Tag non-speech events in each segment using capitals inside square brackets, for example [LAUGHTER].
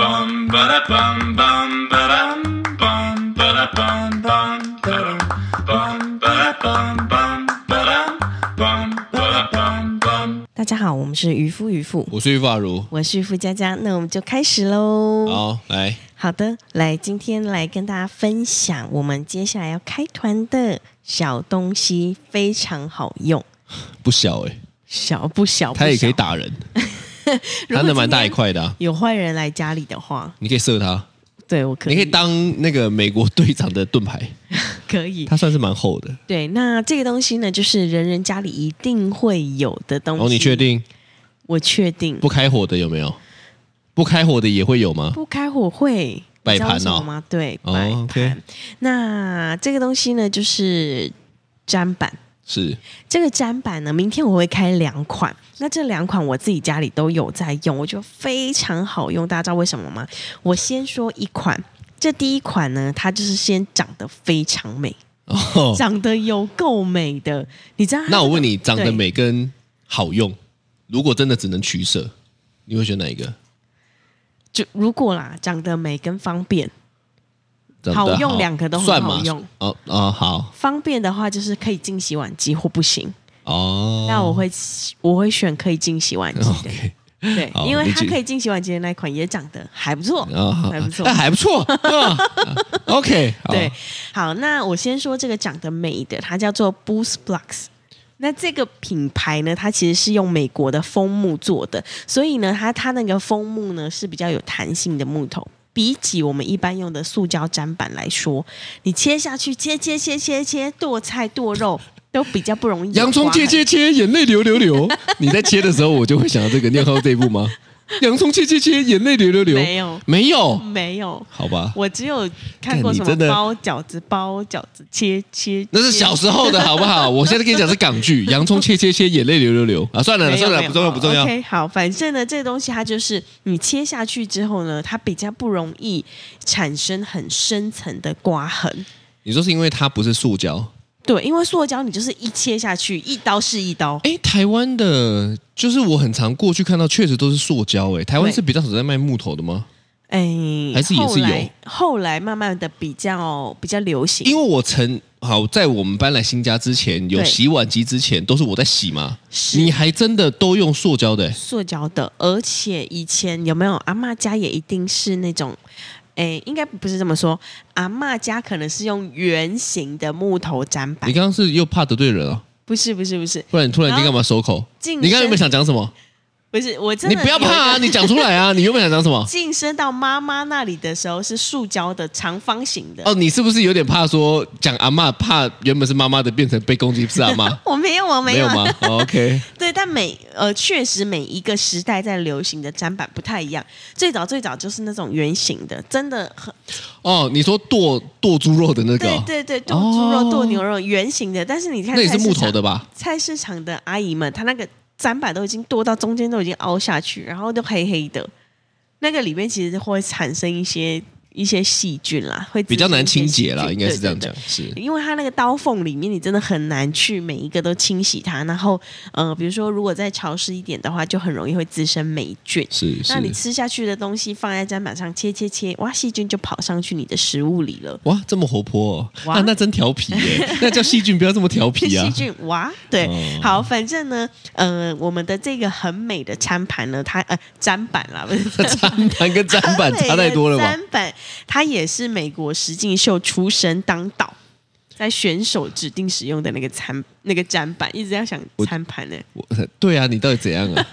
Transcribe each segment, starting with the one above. bum ba da bum bum ba dum bum ba da bum bum ba dum bum ba da bum bum ba dum bum ba da bum bum. 大家好，我们是渔夫渔妇，我是玉发如，我是渔夫佳佳，那我们就开始喽。好，来，好的，来，今天来跟大家分享我们接下来要开团的小东西，非常好用，不小哎、欸，小不小，它也可以不小。打人， [LAUGHS] 如它果那蛮大一今天块的、啊，有坏人来家里的话，你可以射它，对我可以，你可以当那个美国队长的盾牌，可以。它算是蛮厚的。对，那这个东西呢，就是人人家里一定会有的东西。哦，你确？定我确定。不开火的有没有？不开火的也会有吗？不开火会摆盘哦你知道为什么吗？对，摆哦盘。 OK 那这个东西呢，就是砧板。是这个砧板呢，明天我会开两款。那这两款我自己家里都有在用，我觉得非常好用。大家知道为什么吗？我先说一款，这第一款呢，它就是先长得非常美， [LAUGHS] 哦。长得有够美的。你知道它这个？那我问你，长得对美跟好用，如果真的只能取舍，你会选哪一个？就如果啦，长得美跟方便，长得好用两个都很算好嘛用。哦哦，好方便的话就是可以进洗碗机或不行。哦。那 [LAUGHS] 我会我会选可以进洗碗机的， OK 对，好因为你它去可以进洗碗机的那一款也长得还不错，啊，好还不错那。还不错。啊 OK，[LAUGHS] 好对，好，那我先说这个长得美的，它叫做 Boost Blocks。那这个品牌呢，它其实是用美国的枫木做的，所以呢，它它那个枫木呢是比较有弹性的木头。比起我们一般用的塑胶砧板来说，你切下去，切切切切切，剁菜剁肉 [LAUGHS] 都比较不容易。洋葱切切，切，眼泪流流 [LAUGHS] 流。你在切的时候，我就会想到这个。你有看过这一部吗？洋葱切切切，眼泪流流流。没有没有，没有，好吧，我只有看过 [LAUGHS] 干你什么真的包饺子、包饺子、切切，那是切小时候的好不好？我现在跟你讲是 [LAUGHS] 港剧，洋葱切切切，眼泪流流流。啊，算了没有算了，没有哦不重要不重要。 OK，好，反正呢，这个东西它就是你切下去之后呢，它比较不容易产生很深层的刮痕。你说是因为它不是塑胶？对，因为塑胶你就是一切下去，一刀是一刀。哎，台湾的，就是我很常过去看到，确实都是塑胶。哎，台湾对是比较少在卖木头的吗？哎，还是也后是有来后来慢慢的比较比较流行，因为我曾好在我们搬来新家之前，有对洗碗机之前都是我在洗嘛。是你还真的都用塑胶的、诶塑胶的，而且以前有没有阿嬷家也一定是那种，哎，应该不是这么说，阿嬷家可能是用圆形的木头砧板你，刚刚是又怕得罪人啊？不是不是不是不然你突然间干嘛收口？晋升你刚刚有没有想讲什么？不是，我真的你不要怕有一啊！个你讲出 [LAUGHS] 来啊！你有没有想讲什么？晋升到妈妈那里的时候是塑胶的长方形的。哦，你是不是有点怕说讲阿嬷，怕原本是妈妈的变成被攻击是阿嬷？我没有， [LAUGHS] 我没有。有吗、哦、？OK，对，但每呃，确实每一个时代在流行的砧板不太一样。最早最早就是那种圆形的，真的很哦，你说剁剁猪肉的那个对哦、对对，剁猪肉、哦剁牛肉，圆形的。但是你看，那也是木头的。吧？菜市场的阿姨们，她那个砧板都已经剁到中间都已经凹下去，然后都黑黑的，那个里面其实会产生一些一些细菌啦，会比较难清洁啦啦，，应该是这样对对讲，是因为它那个刀缝里面，你真的很难去每一个都清洗它。然后，呃，比如说如果再潮湿一点的话，就很容易会滋生霉菌。是那你是。吃下去的东西放在砧板上切切切，哇，细菌就跑上去你的食物里了。哇，这么活泼、哦、哇啊！那真调皮耶、 [LAUGHS] 那叫细菌，不要这么调皮啊 [LAUGHS] 细！ [LAUGHS] 菌哇，对，哦好，反正呢，呃，我们的这个很美的餐盘呢，它呃砧板啦，不是砧板跟砧板差太多了 [LAUGHS] 吧？砧板，它也是美国实境秀出身当导，在选手指定使用的那个餐那个砧板，一直要想餐盘呢、我对啊，你到底怎样 [LAUGHS] 啊？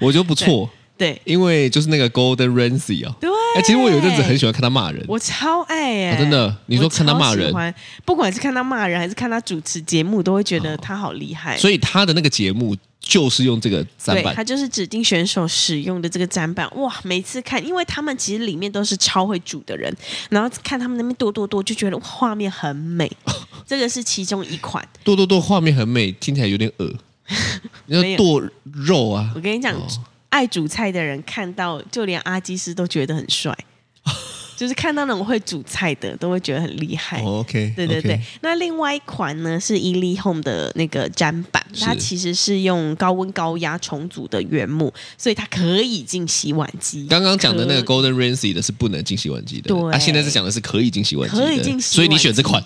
我觉得不错，对因为就是那个 Golden Ramsy 哦。对，哎、其实我有一阵子很喜欢看他骂人，我超爱耶、啊真的你说我看他超骂人喜欢，不管是看他骂人还是看他主持节目，都会觉得他好厉害。所以他的那个节目就是用这个砧对，板它，就是指定选手使用的这个砧板。哇，每次看，因为他们其实里面都是超会煮的人，然后看他们那边剁剁剁，就觉得哇画面很美。 [LAUGHS] 这个是其中一款。剁剁剁，画面很美，听起来有点 [LAUGHS] 恶。你没有要剁肉啊我，跟你讲，哦爱煮菜的人看到，就连阿基斯都觉得很 [LAUGHS] 帅，就是看到那种会煮菜的，都会觉得很厉害。哦，OK，对对对 OK 那另外一款呢是 Eli Home 的那个砧板，是它其实是用高温高压重组的原木，所以它可以进洗碗机。刚刚讲的那个可 Golden Ramsy 的是不能进洗碗机的，对他现在是讲的是可以进洗碗机的，可以进洗碗机所以你选这款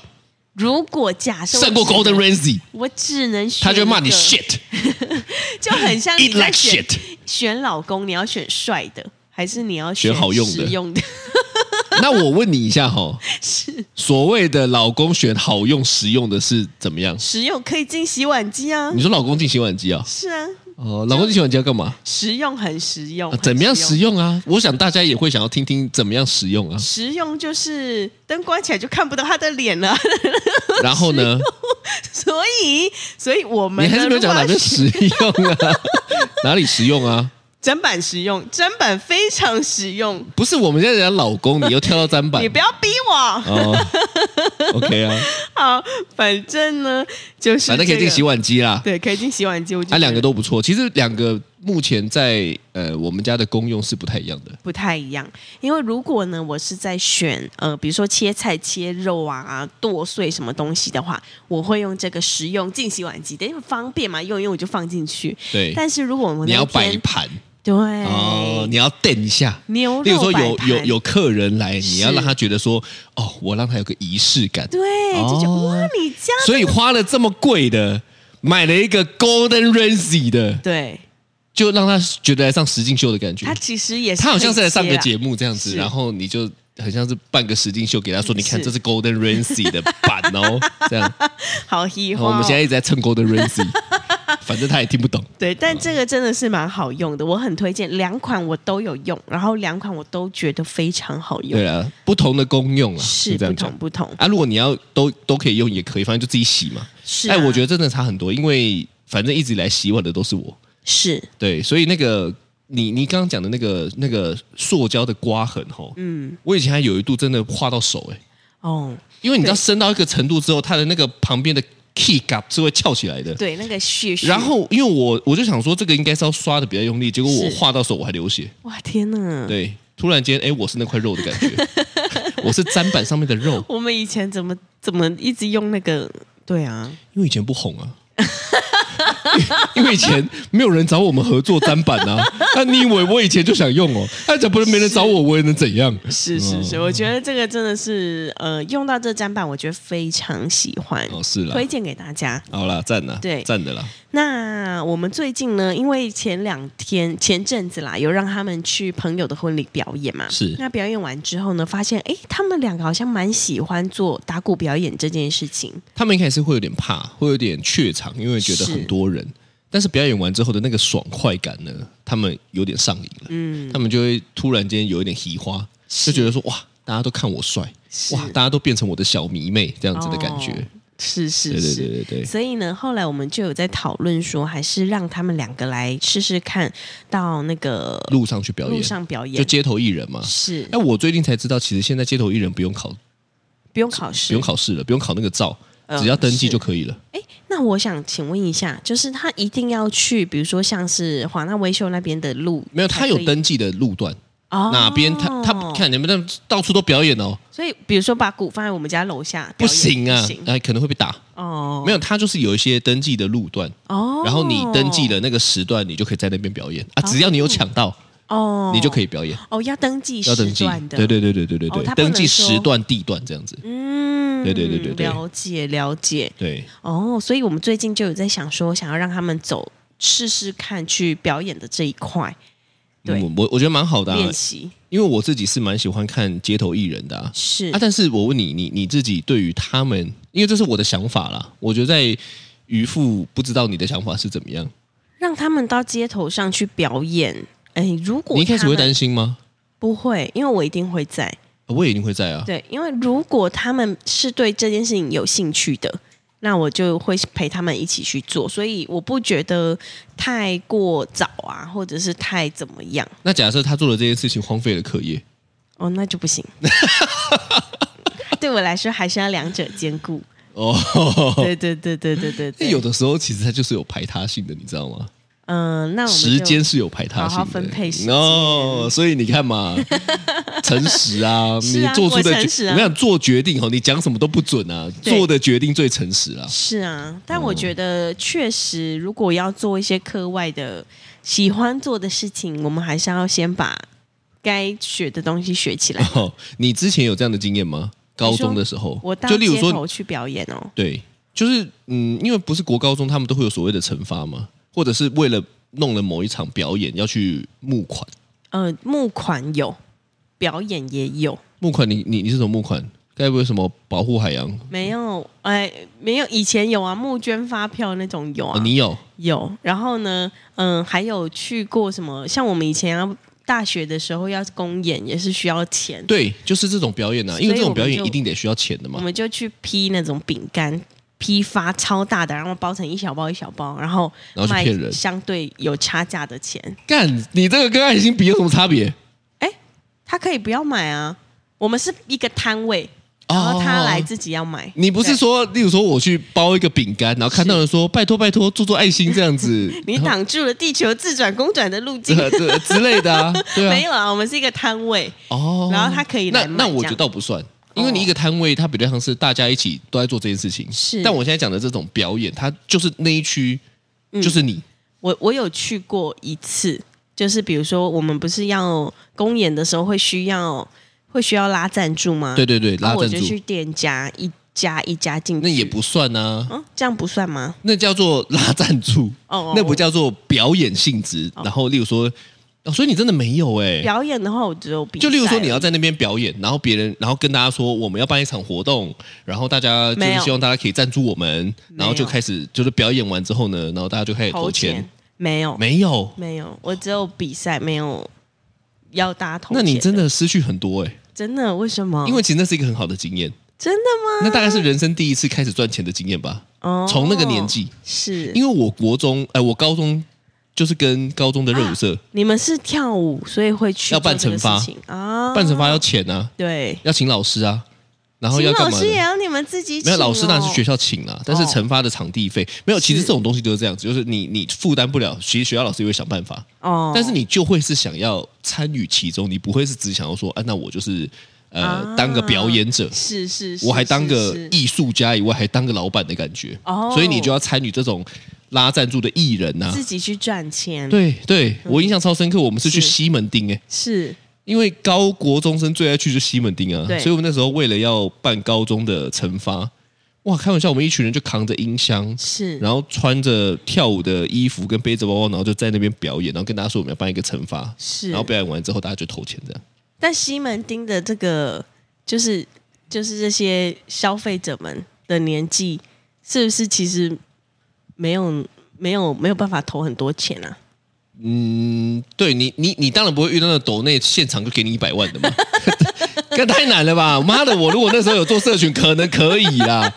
如果假设我胜过只能 Golden Ramsy，我只能选他就会骂你一个 shit 就很像你 eat 在 like 选 shit。选老公，你要选帅的，还是你要选好用的实用的？那我问你一下哈、所谓的老公选好用实用的是怎么样？实用可以进洗碗机啊你，说老公进洗碗机啊？是啊，哦，老公进洗碗机要干嘛？实用很实用，啊怎么样很实？用啊？我想大家也会想要听听怎么样实用 [LAUGHS] 啊。实用就是灯关起来就看不到他的脸了， [LAUGHS] 然后呢，所以，所以我们你呢还是没有讲哪如果边要实 [LAUGHS] 用啊？哪里实用啊？砧板实用，砧板非常实用，不是我们现在讲老公，你又跳到砧板你，不要逼我。 [LAUGHS] 哦，OK 啊，好，反正呢就是反正可以这进个洗，碗机啦。对，可以进洗碗机，我就啊，两个都都不错。其实两个目前在呃我们家的功用是不太一样的。不太一样。因为如果呢我是在选呃，比如说切菜、切肉啊、剁碎什么东西的话，我会用这个实用进洗碗机，等于方便嘛，用一用我就放进去。对，但是如果我你那要天摆盘对哦，你要垫一下。牛例如肉说有摆有盘有客人来，是你要让他觉得说，哦，我让他有个仪式感。对，就觉得、哦哇，你家所以花了这么贵的，买了一个 Golden Ramsy 的，对就让他觉得来上实境秀的感觉他。其实也是他好像是来上可个以切啊节啦目这样子，是然后你就很像是办个实境秀给他说，你看是这是 Golden Ramsy 的版 [LAUGHS] 哦，这样。好喜然欢、哦后我们现在一直在蹭 [LAUGHS] Golden Ramsy，反正他也听不懂。对，但这个真的是蛮好用的，我很推荐。两款我都有用，然后两款我都觉得非常好用，对啊，不同的功用啊，是就这不样讲同。不同。啊，如果你要都都可以用也可以，反正就自己洗嘛。是、啊哎，我觉得得真的差很多，因为反正一直以来洗碗的都是我，是，对，所以那个你你刚刚讲的那个那个塑胶的刮痕吼，嗯，我以前还有一度真的划到手哎、哦，因为你知道深到一个程度之后，它的那个旁边的 key gap 是会翘起来的。对，那个血血，然后因为我我就想说这个应该是要刷的比较用力，结果我是划到手我还流血，哇，天哪！对，突然间哎我是那块肉的感觉， [LAUGHS] 我是砧板上面的肉，我们以前怎么怎么一直用那个？对啊，因为以前不红啊。因为以前没有人找我们合作砧板啊，那你以为我以前就想用哦？那怎不是没人找我，我也能怎样？是是哦是，我觉得这个真的是呃，用到这砧板，我觉得非常喜欢，哦，是啦，推荐给大家。好啦，赞啦，对赞的啦，那我们最近呢，因为前两天前阵子啦，有让他们去朋友的婚礼表演嘛。是那表演完之后呢，发现哎，诶他们两个好像蛮喜欢做打鼓表演这件事情。他们一开始会有点怕，会有点怯场，因为觉得很多人。但是表演完之后的那个爽快感呢，他们有点上瘾了。嗯，他们就会突然间有一点喜花，就觉得说哇，大家都看我帅，哇，大家都变成我的小迷妹这样子的感觉。哦是是对对是。对对对，所以呢，后来我们就有在讨论说，还是让他们两个来试试看，到那个路上去表路演，上表演，就街头艺人嘛。是那我最近才知道，其实现在街头艺人不用考，不用考试，不用考试了，不用考那个照，嗯只要登记是就可以了。哎，那我想请问一下，就是他一定要去，比如说像是华纳维修那边的路，没有，他有才可以登记的路段，哦，哪边他他看你们那到处都表演哦，所以比如说把鼓放在我们家楼下，不行表啊演不，行哎，可能会被打。哦，没有，他就是有一些登记的路段，哦，然后你登记的那个时段，你就可以在那边表演啊。只要你有抢到，哦，你就可以以表演，哦，要登记要登时记。段的，对，对对对对对哦对他，不能登记说时段、地段这样子。嗯，对对对对对了解了解，对，哦，所以我们最近就有在想说，想要让他们走试试看去表演的这一块对嗯我我觉得蛮好的啊，练习，因为我自己是蛮喜欢看街头艺人的啊。是啊，但是我问你，你你自己对于他们，因为这是我的想法啦，我觉得在渔父不知道你的想法是怎么样。让他们到街头上去表演。哎，如果你一开始他会们担心吗？不会，因为我一定会在。我也一定会在啊。对，因为如果他们是对这件事情有兴趣的，那我就会陪他们一起去做，所以我不觉得太过早啊，或者是太怎么样那假设他做了这件事情，荒废了课业，哦，那就不行。 [LAUGHS] 对我来说，还是要两者兼顾。哦， [LAUGHS] 对对对对对对那对，有的时候其实它就是有排他性的，你知道吗？嗯，那我们就时间是有排他性好好的，分配时间哦，所以你看 [LAUGHS] 嘛，诚实啊，是啊你做出的我诚实决，啊我想做决定哦，你讲什么都不准啊，对做的决定最诚实啊。是啊，但我觉得确实，如果要做一些课外的喜欢做的事情，我们还是要先把该学的东西学起来。哦，你之前有这样的经验吗？高中的时候我，到就例如街说，头去表演哦，对，就是嗯，因为不是国高中他们都会有所谓的惩罚嘛，或者是为了弄了某一场表演要去募款，呃，募款有，表演也有，募款你你你是什么募款？该不会什么保护海洋？没有？哎，没有，以前有啊，募捐发票那种有啊，哦，你有有。然后呢，嗯，还有去过什么？像我们以前要大学的时候要公演，也是需要钱，对，就是这种表演啊，所因以为这我种们表演就一定得需要钱的我嘛。们就去批那种饼干，批发超大的，然后包成一小包一小包，然后然后去卖骗人相对有差价的钱。干，你这个跟爱心比有什么差别？哎，他可以不要买啊，我们是一个摊位，哦然后他来自己要买。你不是说，例如说我去包一个饼干，然后看到人说拜托拜托做做爱心这样子， [LAUGHS] 你挡住了地球自转公转的路这径？这之类的啊， [LAUGHS] 对啊，没有啊，我们是一个摊位，哦，然后他可以那来卖那这我觉样哦得倒不算，因为你一个摊位，它比较像是大家一起都在做这件事情。是但我现在讲的这种表演，它就是那一区，嗯就是你我我有去过一次，就是比如说我们不是要公演的时候会需要会需要拉赞助吗？对对对然后拉啊我就赞助去店家一家一家进去，那也不算啊，嗯，这样不算吗？那叫做拉赞助，哦哦那不叫做表演性质。然后，例如说，哦所以你真的没有哎、表演的话，我只有比赛就例如说，你要在那边表演，然后别人，然后跟大家说我们要办一场活动，然后大家就没是有希望大家可以赞助我们，然后就开始就是表演完之后呢，然后大家就开始投投钱钱，，没有没有，没有，我只有比赛，没有要大家投那钱。你真的的失去很多哎、真的为什么？因为其实那是一个很好的经验，真的那大概是人生第一次开始赚钱的经验吧。吗？哦，从那个年纪，是，因为我国中，哎、我高中就是跟高中的热舞社、你们是跳舞，所以会去要办做这个惩罚事情啊，办惩罚要钱啊，对。要请老师啊，然后请要干老嘛师也的？要你们自己请、哦没有老师当然是学校，校请啊，但是惩罚的场地费没有。其实是这种东西就是这样子，就是你你负担不了，其实学校老师也会想办法，哦，但是你就会是想要参与其中，你不会是只想要说，啊，那我就是呃、啊当个表演者，是是是，我还当是个是艺术家以外，还当个老板的感觉。哦所以你就要参与这种拉赞助的艺人呐、自己去赚钱，，啊对对，我印象超深刻，我们是去嗯是西门町诶、欸是因为高国中生最爱去就西门町啊，对所以我们那时候为了要办高中的惩罚，哇，开玩笑，我们一群人就扛着音箱。是，然后穿着跳舞的衣服跟背着包包，然后就在那边表演，然后跟大家说我们要办一个惩罚，是，然后表演完之后大家就投钱这样。但西门町的这个就是就是这些消费者们的年纪，是不是其实没有没有没有办法投很多钱啊？嗯，对你，你你当然不会遇到那抖内现场就给你一百万的嘛， [LAUGHS] 这太难了吧？妈的，我如果那时候有做社群，可能可以啦。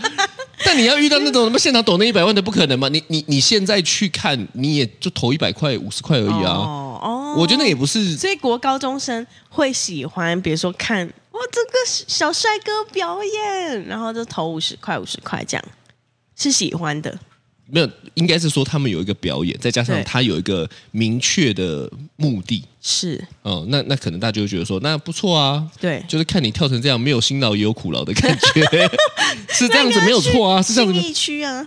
但你要遇到那种什么现场抖那一百万的，不可能嘛？你你你现在去看，你也就投一百块、五十块而已啊。哦哦我觉得那也不是所以国高中生会喜欢，比如说看哇这个小帅哥表演，然后就投五十块五十块这样，是喜欢的没有，应该是说他们有一个表演，再加上对他有一个明确的目的。是哦、那那可能大家就会觉得说，那不错啊，对。就是看你跳成这样，没有辛劳也有苦劳的感 [LAUGHS] 觉，是这样子没有错啊，是这样子没信义区啊，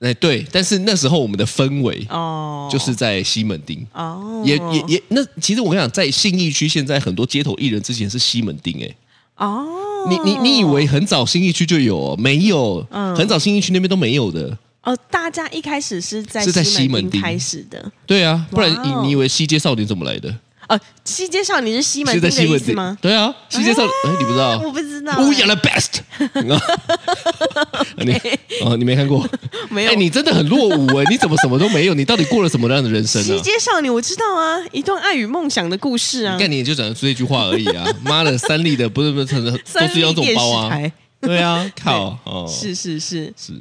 哎，对，但是那时候我们的氛围哦，就是在西门町，哦，也也也，那其实我跟你讲，在信义区现在很多街头艺人之前是西门町、哎、哦，你你你以为很早信义区就有哦、没有，嗯很早信义区那边都没有的，哦，大家一开始是在是在西门门町开始的。对啊，不然哇你、哦你以为西街少年怎么来的？哦，西街少年是西门是在町的西意门思町吗？哦对啊，西街少年，哎、你不知道？我不知道欸 We are the [LAUGHS] best 你。哦，你没看过？哎没哎、有。你真的很落伍哎、你怎么什么都没有？你到底过了什么样的人生西啊？街少年我知道啊，一段爱与梦想的故事啊你，看，你也就只能说一句话而已 [LAUGHS] 啊！妈的，三立的不是不是，都三是要立这种电包视啊！台对 [LAUGHS] 啊，靠哦，是是是是，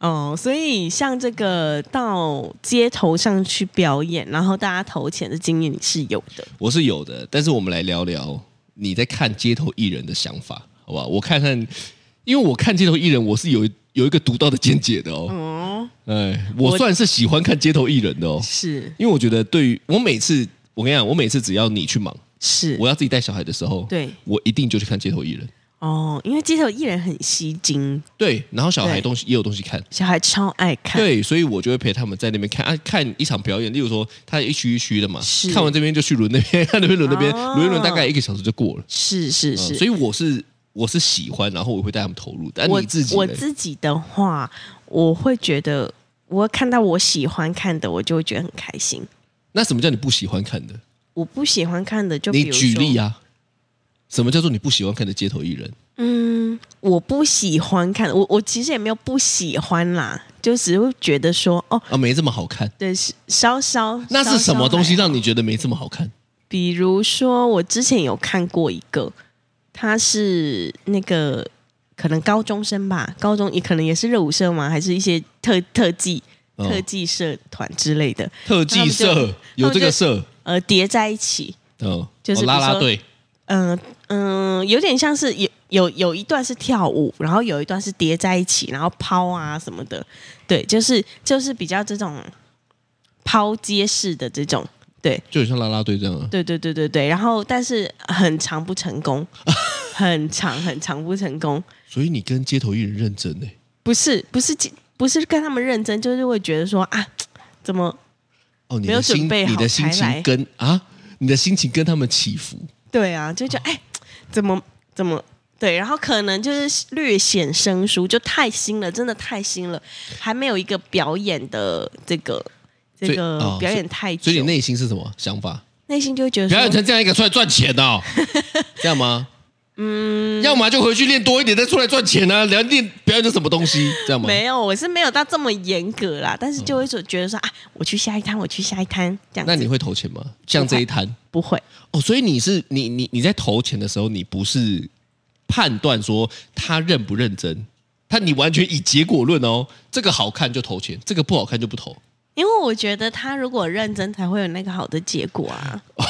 哦，所以像这个到街头上去表演，然后大家投钱的经验你是有的，我是有的。但是我们来聊聊你在看街头艺人的想法，好不好？我看看，因为我看街头艺人，我是有一有一个独到的见解的哦。哦，哎，我我算是喜欢看街头艺人的哦，是因为我觉得对于我每次，我跟你讲，我每次只要你去忙，是我要自己带小孩的时候，对我一定就去看街头艺人。哦，因为街头艺人很吸睛，对，然后小孩对东西也有东西看，小孩超爱看，对，所以我就会陪他们在那边 [LAUGHS] 看啊，看一场表演。例如说，他一区一区的嘛是，看完这边就去轮那边， [LAUGHS] 看那边轮那边，哦轮一轮大概一个小时就过了。是是嗯是。所以我是我是喜欢，然后我会带他们投入。但我哦你自己我嘞自己的话，我会觉得我看到我喜欢看的，我就会觉得很开心。那什么叫你不喜欢看的？我不喜欢看的，就比你如举例说，啊，什么叫做你不喜欢看的街头艺人？嗯，我不喜欢看，我我其实也没有不喜欢啦，就只是会觉得说，哦，啊，没这么好看。对，是稍稍那是什么东？西稍稍还让你觉得没这么好看？比如说，我之前有看过一个，他是那个可能高中生吧，高中也可能也是热舞社吗？还是一些特特技嗯特技社团之类的，哦特技他们社有这个社，呃，叠在一起。嗯，就是哦比啦如说啦队，嗯、嗯、有点像是有有有一段是跳舞，然后有一段是叠在一起，然后抛啊什么的，对，就是就是比较这种抛接式的这种，对就很像啦啦队这样啊。对对对对对，然后但是很长不成 [LAUGHS] 功，很长很长不成功，所以你跟街头艺人认真呢、不是不是不是跟他们认真，就是会觉得说啊，怎么哦，你没有的心准备好你的心才来情跟啊，你的心情跟他们起伏。对啊，就觉得哎、怎么怎么对，然后可能就是略显生疏，就太新了，真的太新了，还没有一个表演的这个这所以个哦表演太久，所以你内心是什么想法？内心就会觉得表演说，成这样一个出来赚钱 [LAUGHS] 哦，这样吗？嗯，要么就回去练多一点，再出来赚钱啊！聊练表演成什么东西，这样吗？没有，我是没有到这么严格啦，但是就会说觉得说啊，我去下一摊，我去下一摊这样子。哦那你会投钱吗？像这 [LAUGHS] 一摊不会？哦，所以你是你你你在投钱的时候，你不是判断说他认不认真，他你完全以结果论哦，这个好看就投钱，这个不好看就不投。因为我觉得他如果认真，才会有那个好的结果啊。 [LAUGHS]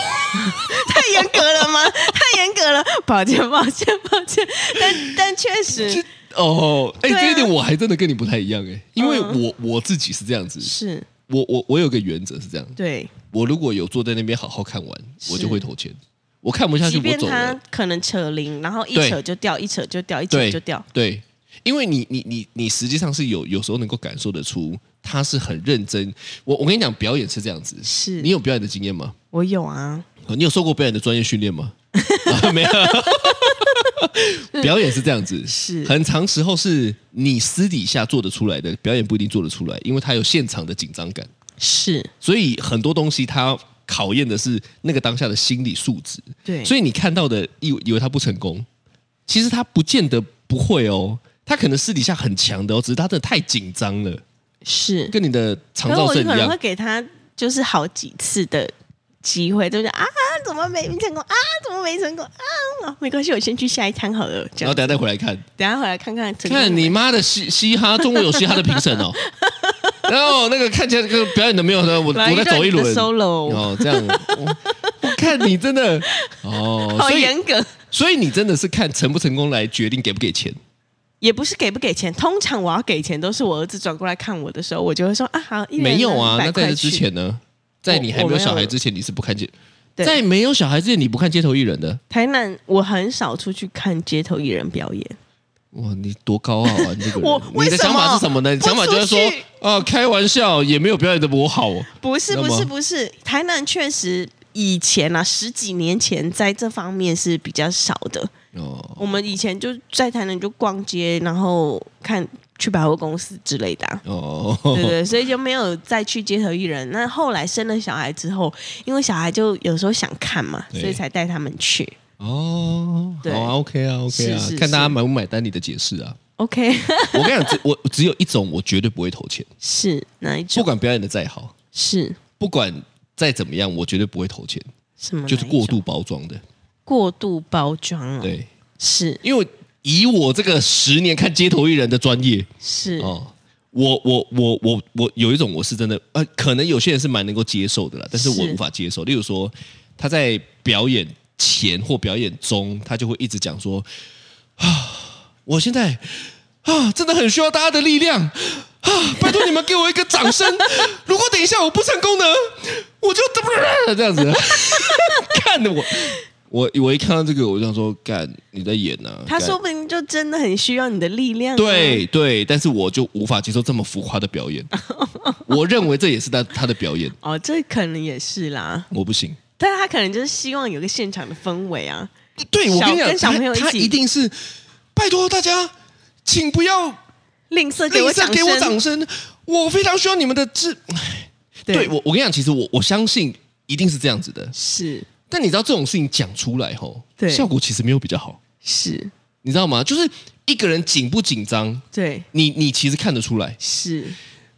太严格了 [LAUGHS] 吗？太严格了，抱歉，抱歉，抱歉。但但确 [LAUGHS] 实哦，哎、对啊这一点我还真的跟你不太一样哎、因为嗯我我自己是这样子，是我我我有个原则是这样，对，我如果有坐在那边好好看完，是我就会投钱。我看不下去，即我便走他了。可能扯铃，然后一对扯就掉，一扯就掉，一扯对，就掉。对，因为你你你你实际上是有有时候能够感受得出他是很认真。我我跟你讲，表演是这样子。是你有表演的经验吗？我有啊，哦你有受过表演的专业训练吗？ [LAUGHS] [LAUGHS] 啊没有。表演是这样子，是很长时候是你私底下做得出来的，表演不一定做得出来，因为它有现场的紧张感。是所以很多东西它考验的是那个当下的心理素质。对，所以以你看到的以以为他不成功，其实他不见得不会哦，他可能私底下很强的哦，只是他真的太紧张了，是。跟你的肠可是燥我症可一能样会。给他就是好几次的机会，就是啊，怎么没成功啊？怎么没成功啊？没关系，我先去下一摊好了。这样然后，等下再回来看，等一下回来看看成功看没你妈的嘻嘻哈，中国有嘻哈的评审 [LAUGHS] 哦。然后那个看起来这个表演的没有呢，我我来再走一段轮你的 solo，哦，这样。我我看你真的哦，好所以严格。所以你真的是看成不成功来决定给不给钱。也不是给不给钱，通常我要给钱都是我儿子转过来看我的时候，我就会说啊，好，一人没有啊，拿那100块在这之去前呢，在你还我没有我没有小孩之前，你是不看街，对在没有小孩之前，你不看街头艺人的。台南我很少出去看街头艺人表演，哇，你多高傲啊！你这个人我你为的什么想法是什么呢？你不想法就是说出去，啊，开玩笑，也没有表演的我好哦。不是那么不是不是，台南确实以前啊，十几年前在这方面是比较少的。哦，我们以前就在台南就逛街，然后看去百货公司之类的、啊。对哦，对，所以就没有再去街头艺人。那后来生了小孩之后，因为小孩就有时候想看嘛，对所以才带他们去。哦，对好啊，OK 啊，OK 是啊是，看大家是买不买单你的解释啊。 [LAUGHS] OK，我跟你讲，只我只有一种，我绝对不会投钱，是哪一不种？管表演的再好，是不管再怎么样，我绝对不会投钱，什么哪一种？就是过度包装的。过度包装哦。对，是因为以我这个十年看街头艺人的专业是哦，我我我我我有一种我是真的呃，可能有些人是蛮能够接受的啦，但是我是无法接受。例如说他在表演前或表演中，他就会一直讲说啊，我现在啊，真的很需要大家的力量啊！拜托你们给我一个掌声。如果等一下我不成功呢，我就呃这样子。 [LAUGHS] 看的我，我我一看到这个，我就想说，干你在演呢、啊？他干说不定就真的很需要你的力量、啊。 [LAUGHS] 对对，但是我就无法接受这么浮夸的 [LAUGHS] 表演。我认为这也是他他的表演，哦，这可能也是啦，我不行。但他可能就是希望有个现场的氛围啊。对，我小跟你讲，跟小朋友他一他起一定是拜托大家，请不要吝啬 [LAUGHS] 给吝我掌声，啬给我掌声，我非常需要你们的支。对我，我跟你讲，其实我我相信一定是这样子的。是但你知道这种事情讲出来后，对效果其实没有比较好，是，你知道吗？就是一个人紧不紧张，对你你其实看得出来。是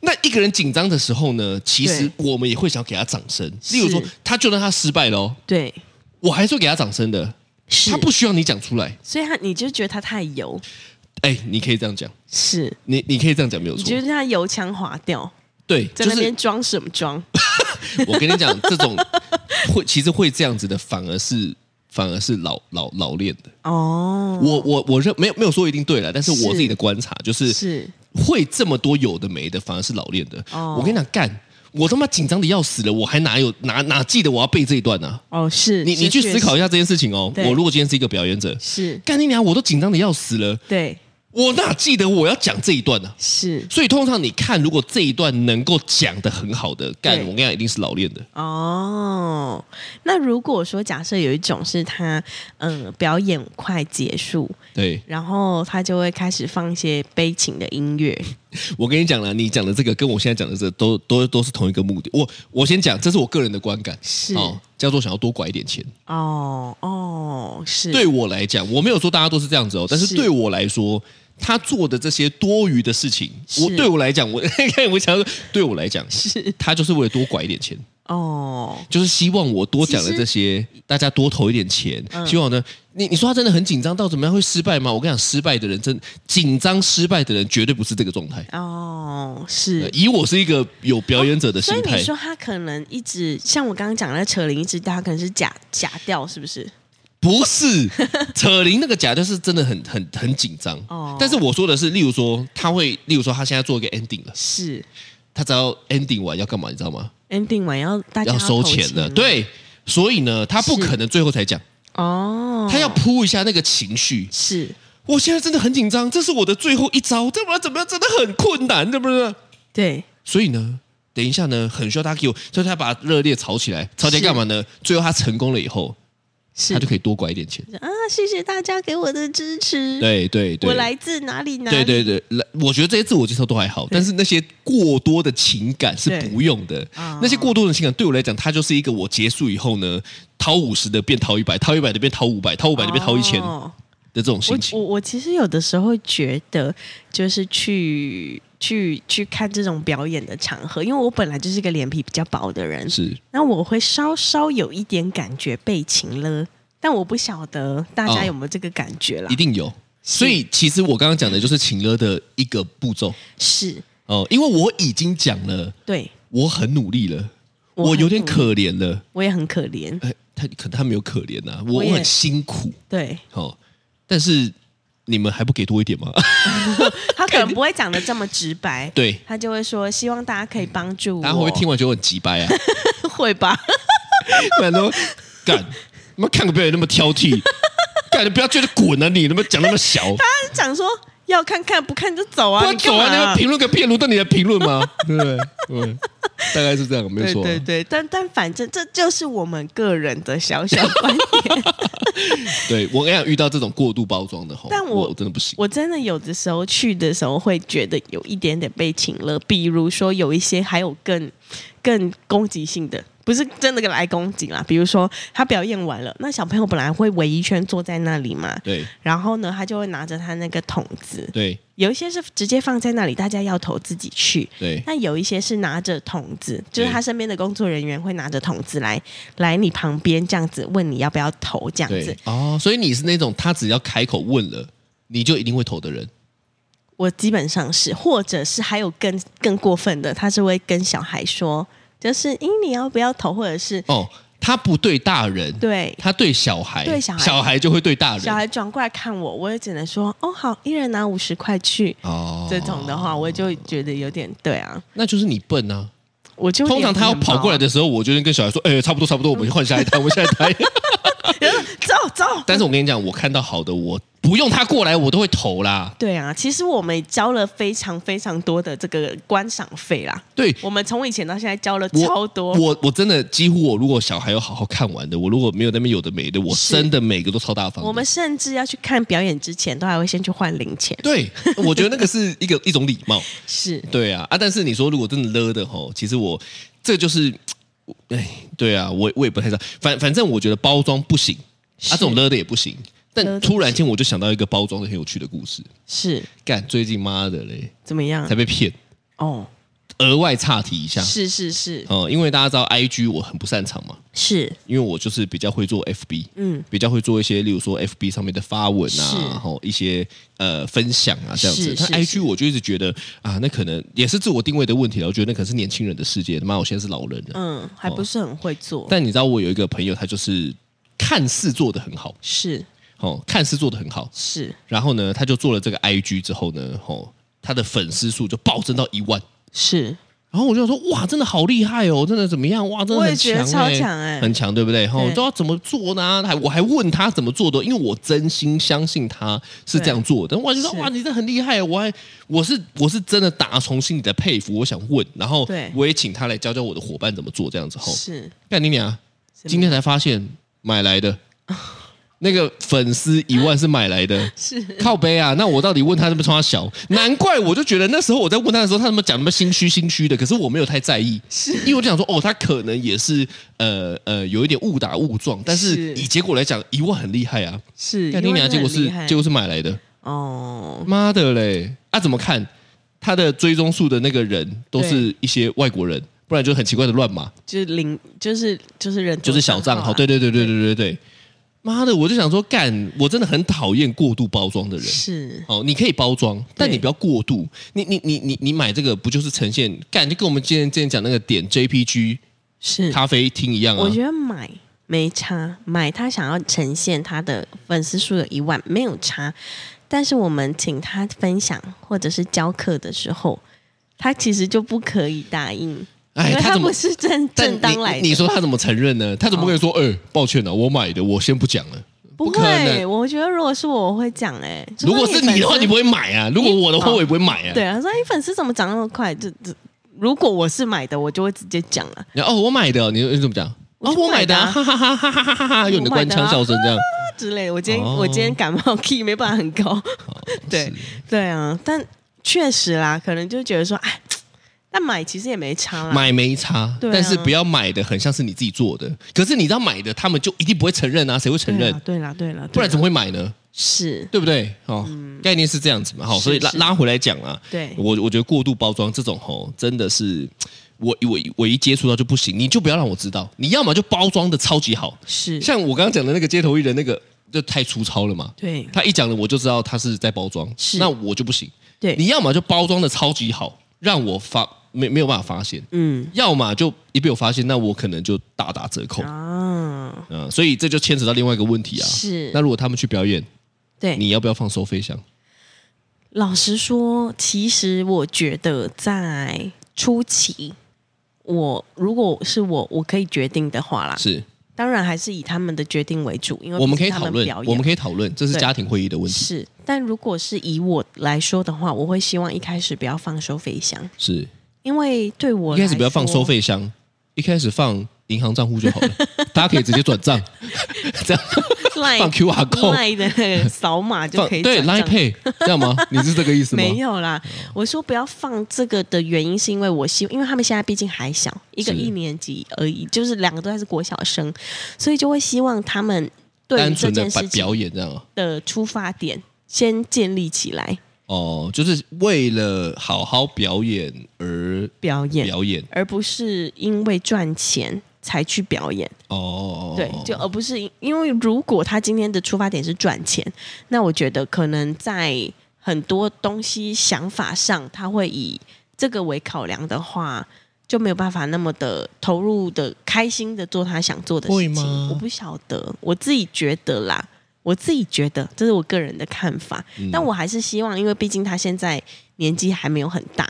那一个人紧张的时候呢，其实对我们也会想要给他掌声。是例如说，他就算他失败喽，对我还是会给他掌声的。是，他不，需要你讲出来，所以他你就觉得他太油，哎，你可以这样讲，是你你可以这样讲没有你觉错得。他油腔滑调，对，在就那是边装什么 [LAUGHS] 装？我跟你讲，这种会其实会这样子的，反而是反而是老老老练的。哦，我我我认没有没有说一定对了，但是是我自己的观察就是是会这么多有的没的，反而是老练的。哦我跟你讲，干，我他妈紧张的要死了，我还哪有哪哪记得我要背这一段呢、啊哦是，你是你去确思考一实下这件事情哦。对我如果今天是一个表演者，是干你娘，我都紧张的要死了，对我哪记得我要讲这一段呢、是所以通常你看，如果这一段能够讲的很好的，干，对我跟你讲，一定是老练的。哦，那如果说假设有一种是他，嗯，表演快结束，对然后他就会开始放一些悲情的音乐，我跟你讲了，你讲的这个跟我现在讲的这个都都都是同一个目的。我我先讲，这是我个人的观感，是哦，叫做想要多拐一点钱。哦哦，是对我来讲，我没有说大家都是这样子哦，但是是对我来说，他做的这些多余的事情，是我对我来讲，我 [LAUGHS] 我想说，对我来讲，是他就是为了多拐一点钱，哦，就是希望我多讲了这些，大家多投一点钱，嗯希望呢，你你说他真的很紧张到怎么样会失败吗？我跟你讲，失败的人真紧张，失败的人绝对不是这个状态。哦，是。以我是一个有表演者的哦所心以态，你说他可能一直像我刚刚讲的那扯铃一直他可能是假假掉，是不是？不是扯铃那个假的是真的很很很紧张。哦但是我说的是，例如说他会，例如说他现在做一个 ending 了，是他只要 ending 完要干嘛，你知道吗？ ending 完要大家投收钱钱了。对，所以呢，他不是可能最后才讲，哦，他要铺一下那个情绪。是我现在真的很紧张，这是我的最后一招，这不然怎么样，真的很困难，对不对？对所以呢，等一下呢，很需要大家给我，所以他把热烈炒起来，炒起来是干嘛呢？最后他成功了以后，是他就可以多拐一点钱。啊，谢谢大家给我的支持，对对对，我来自哪里哪里，对对对，来我觉得这些自我介绍都还好，但是那些过多的情感是不用的啊。那些过多的情感对我来讲，它就是一个我结束以后呢，掏五十的变掏一百，掏一百的变掏五百，掏五百的变掏一千的哦这种我心情我。我其实有的时候觉得，就是去去去看这种表演的场合，因为我本来就是一个脸皮比较薄的人，是那我会稍稍有一点感觉被情了，但我不晓得大家哦有没有这个感觉啦。一定有，所以其实我刚刚讲的就是情歌的一个步骤是哦，因为我已经讲了，对我很努力了，我很我有点可怜了，我也很可怜，哎，他可他没有可怜呐，我我也我很辛苦对哦，但是你们还不给多一点吗？他可能不会讲的这么直白，对。他就会说希望大家可以帮助我，大家会不会听完觉得我很急掰啊？ [LAUGHS] [LAUGHS] 会吧？不然都干，他妈看个表演那么 [LAUGHS] 挑剔，干你不要觉得滚啊你，他妈讲那么小，他讲说要看看不看就走啊，不要你干走啊！嘛你要评论个片，轮到你来评论 [LAUGHS] 吗？对不对？对，大概是这样，没有对错啊。对对，但但反正这就是我们个人的小小观点。 [LAUGHS] 对我跟你讲，遇到这种过度包装的吼，但我我真的不行。我真的有的时候去的时候会觉得有一点点被请了，比如说有一些还有更更攻击性的，不是真的来攻击啦。比如说他表演完了，那小朋友本来会围一圈坐在那里嘛，对然后呢，他就会拿着他那个桶子，对有一些是直接放在那里，大家要投自己去。对那有一些是拿着桶子，就对是他身边的工作人员会拿着桶子来来你旁边这样子问你要不要投这样子对。哦，所以你是那种他只要开口问了，你就一定会投的人。我基本上是，或者是还有更更过分的，他是会跟小孩说，就是因你要不要投，或者是哦，他不对大人，对他对小孩，对小孩就会对大人，小孩转过来看我，我也只能说哦好，一人拿五十块去。哦这种的话，我就觉得有点对啊，那就是你笨啊。我就通常他要跑过来的，的时候，我就会跟小孩说：“哎、差不多，差不多，我们换下一台，我们下一台。 [LAUGHS] 走走。”但是我跟你讲，我看到好的，我不用他过来，我都会投啦。对啊，其实我们交了非常非常多的这个观赏费啦，对， [LAUGHS] 我们从以前到现在交了我超多。我我真的几乎我如果小孩有好好看完的，我如果没有那边有的没的，我是真的每个都超大方的。我们甚至要去看表演之前，都还会先去换零钱。对，我觉得那个是一个一 [LAUGHS] 种礼貌。是，对啊，啊，但是你说如果真的勒的吼，其实我这就是，哎，对啊，我我也不太知道，反反正我觉得包装不行，啊，是这种勒的也不行。勒但的突然间我就想到一个包装的很有趣的故事，是干最近妈的嘞，怎么样才？被骗，哦，额外岔题一下，是是是哦、因为大家知道 I G 我很不擅长嘛，是，因为我就是比较会做 FB，嗯，比较会做一些，例如说 FB 上面的发文是啊，然后一些呃分享啊这样子是。但是 IG 我就一直觉得啊，那可能也是自我定位的问题了。我觉得那可能是年轻人的世界，他妈我现在是老人了。嗯，还不是很会做，但你知道我有一个朋友，他就是看似做的很好，是哦，看似做的很好，是然后呢，他就做了这个 IG 之后呢，哦，他的粉丝数就暴增到一万。是，然后我就想说，哇，真的好厉害哦，真的怎么样？哇，真的我也很强、觉欸，得超强欸很强，对不对？哈，对我知道怎么做呢？还我还问他怎么做的，因为我真心相信他是这样做的。我就说，是哇，你这很厉害哦，我还我是我是真的打从心里的佩服。我想问，然后对我也请他来教教我的伙伴怎么做，这样子后，是干你娘！啊今天才发现买来的那个粉丝一万是买来的， [LAUGHS] 是靠背啊！那我到底问他是不是冲他小？难怪我就觉得那时候我在问他的时候，他怎么讲那么心虚心虚的？可是我没有太在意，是因为我就想说，哦，他可能也是呃呃有一点误打误撞，但是是以结果来讲，一万很厉害啊！是，干因你为娘！真的结果很是厉害结果是买来的，哦，妈的嘞！啊，怎么看他的追踪数的那个人都是一些外国人，不然就很奇怪的乱码。就是零，就是就是人就头是小账号号，啊，对对对对对对对。妈的，我就想说，干，我真的很讨厌过度包装的人。是哦，你可以包装，但你不要过度。你你你你你买这个不就是呈现干？就跟我们今天之前讲那个点 JPG 是，咖啡厅一样啊我。觉得买没差，买他想要呈现他的粉丝数有一万没有差，但是我们请他分享或者是教课的时候，他其实就不可以答应，哎因为他他怎么不是正但正当来你的。你你说他怎么承认呢？他怎么可以说，哎、抱歉了、我买的，我先不讲了。不不可会，能我觉得如果是我，我会讲哎、就如果是你的粉话，丝你不会买啊；如果我的话，哦我也不会买啊。对啊，说你粉丝怎么涨那么快？这这，如果我是买的，我就会直接讲啊，然后哦，我买的，你你怎么讲？我哦，就我买买的的、啊啊，哈哈哈哈哈哈哈哈！用你的我买官的啊腔笑声这样。之类的。我今天、哦我今天感冒 [LAUGHS] key 没办法很高，对对啊，但确实啦，可能就觉得说，哎，但买其实也没差啦。买没差，对啊但是不要买的很像是你自己做的。可是你知道买的，他们就一定不会承认啊，谁会承认？对啦对啦对啦，不然怎么么会买呢？是？对不对？哦，概念是这样子嘛。好，嗯是所以拉是拉回来讲啊，对我我觉得过度包装这种吼，真的是我我我一接触到就不行，你就不要让我知道，你要么就包装的超级好，是，像我刚刚讲的那个街头艺人那个，就太粗糙了嘛。对他一讲了，我就知道他是在包装，是那我就不行。对你要么就包装的超级好，让我发没没有办法发现，嗯要么就一被我发现，那我可能就大打折扣。啊，嗯、所以这就牵扯到另外一个问题啊。是那如果他们去表演，对。你要不要放收费箱？啊老实说，其实我觉得在初期，我如果是我我可以决定的话啦，是，当然还是以他们的决定为主，因为我们可毕以竟他讨论表，演我们可以讨论，这是对家庭会议的问题。是，但如果是以我来说的话，我会希望一开始不要放收费箱，是，因为对我一开始不要来说放收，费箱，一开始放银行账户就好 [LAUGHS] 了，大家可以直接转账，这样放 QR code，赖的 [LAUGHS] 那个扫码就放可以对转 Line 账 Pay 这 [LAUGHS] 样吗？你是这个意思吗？哦没有啦，我说不要放这个的原因是因为我希，因为他们现在毕竟还小，一个是一年级而已，就是两个都还是国小生，所以就会希望他们对单于这纯的件把事情表演这样啊的出发点先建立起来哦，就是为了好好表演而表演，表演而不是因为赚钱才去表演。哦，对，就而不是因因为如果他今天的出发点是赚钱，那我觉得可能在很多东西想法上，他会以这个为考量的话，就没有办法那么的投入的开心的做他想做的事会吗情。我不晓得，我自己觉得啦，我自己觉得这是我个人的看法，嗯但我还是希望，因为毕竟他现在年纪还没有很大。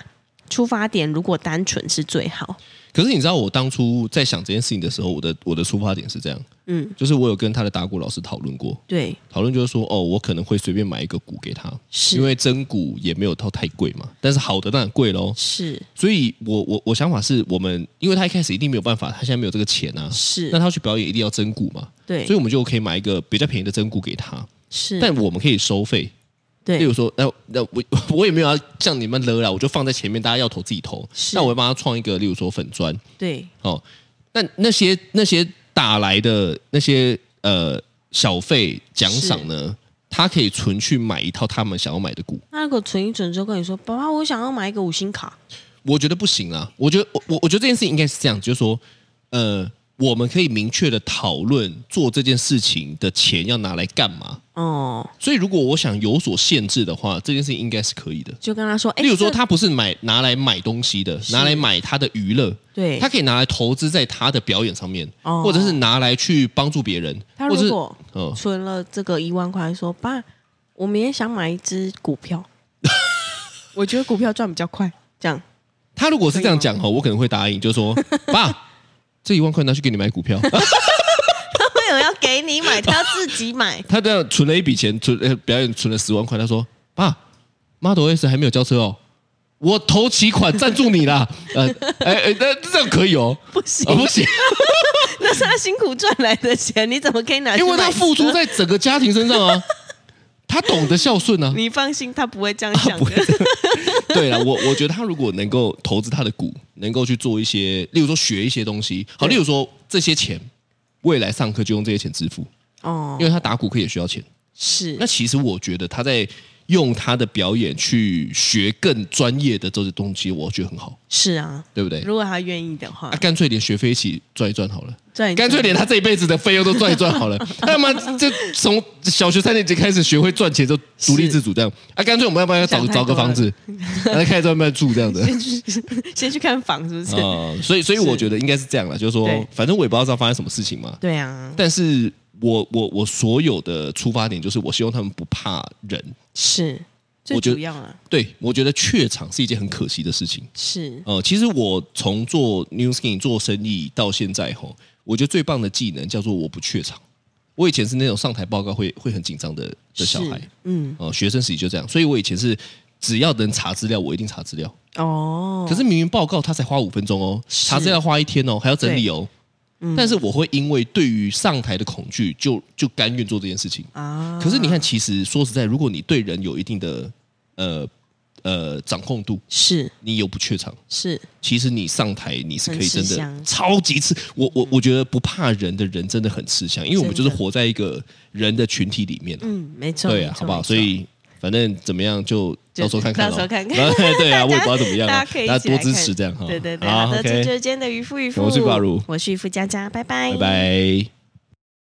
出发点如果单纯是最好，可是你知道，我当初在想这件事情的时候，我的我的出发点是这样，嗯，就是我有跟他的打鼓老师讨论过，对，讨论就是说，哦，我可能会随便买一个鼓给他，是因为真鼓也没有到太贵嘛，但是好的当然贵喽。是所以我我我想法是我们，因为他一开始一定没有办法，他现在没有这个钱啊，是那，他要去表演一定要真鼓嘛，对所以，我们就可以买一个比较便宜的真鼓给他，是，但我们可以收费。例对如，说，那那 [LAUGHS] 我我也没有要像你们勒啦，我就放在前面，大家要投自己投。是那我会帮他创一个，例如说粉砖对，哦。那那些那些打来的那些呃小费奖赏呢，他可以存去买一套他们想要买的股。那如果存一存之后跟你说，爸爸，我想要买一个五星卡，我觉得不行啦，我觉得我我我觉得这件事情应该是这样，就是说，呃，我们可以明确的讨论做这件事情的钱要拿来干嘛。哦，所以如果我想有所限制的话，这件事情应该是可以的。就跟他说，哎，例如说，这他不是买拿来买东西的，拿来买他的娱乐，对他可以拿来投资在他的表演上面，哦或者是拿来去帮助别人，他或者如是果嗯，存了这个一万块，说爸，我们也想买一只股票，我觉得股票赚比较快，这 [LAUGHS] 样他如果是这样讲哦，我可能会答应，[LAUGHS] 就说爸，这一万块拿去给你买股票。，他没有要给你买，他要自己买他这样存了一笔钱，存呃表演存了十万块，他说爸，Model S 还没有交车哦。我投期款赞助你啦， [LAUGHS] 呃，哎哎，那这样可以哦，不行，哦不行， [LAUGHS] 那是他辛苦赚来的钱，你怎么可以拿去因买车？为他付出在整个家庭身上啊，他懂得孝顺啊， [LAUGHS] 你放心，他不会 [LAUGHS] 这样想不会的，对了，我我觉得他如果能够投资他的股，能够去做一些，例如说学一些东西，好，对例如说这些钱，未来上课就用这些钱支付，哦因，为他打鼓课也需要钱。是那其实我觉得他在用他的表演去学更专业的这些东西，我觉得很好，是啊，对不对？如果他愿意的话啊，，干脆连学费一起赚一赚好了，赚一干赚脆连他这一辈子的费用都赚一赚 [LAUGHS] 好了。他妈这从小学三年级开始学会赚钱，就独立自主这样。啊，干脆我们要不要找想太找个多了 [LAUGHS] 房子，然后开始在外面住这样子？先去先去看房，是不是？啊、所以所以我觉得应该是这样了，就是说对，反正我也不知道发生什么事情嘛，对啊，但是我我我所有的出发点就是，我希望他们不怕人。是最我觉得主要啊，对我觉得怯场是一件很可惜的事情。是呃，其实我从做 New Skin 做生意到现在吼，我觉得最棒的技能叫做我不怯场。我以前是那种上台报告会会很紧张的的小孩是，嗯，呃，学生时期就这样，所以我以前是只要能查资料，我一定查资料。哦，可是明明报告他才花五分钟哦，是嗯查资料花一天哦，还要整理哦。但是我会因为对于上台的恐惧，就就甘愿做这件事情。啊，可是你看，其实说实在，如果你对人有一定的呃呃掌控度，是你有不怯场，是其实你上台你是可以很吃真的香超级吃。我我我觉得不怕人的人真的很吃香，因为我们就是真的活在一个人的群体里面啊。嗯，没错，对啊没，错好不好？没错所以反正怎么样就就到时候看看咯，到时候看看 [LAUGHS] 对啊，我也不知道怎么样 [LAUGHS] 大啊，家可以一大家起来多看支持这样哈。对对对，嗯好好的，这就，OK，是今天的渔夫渔夫，我是霸如我是渔夫佳佳，拜拜，拜拜。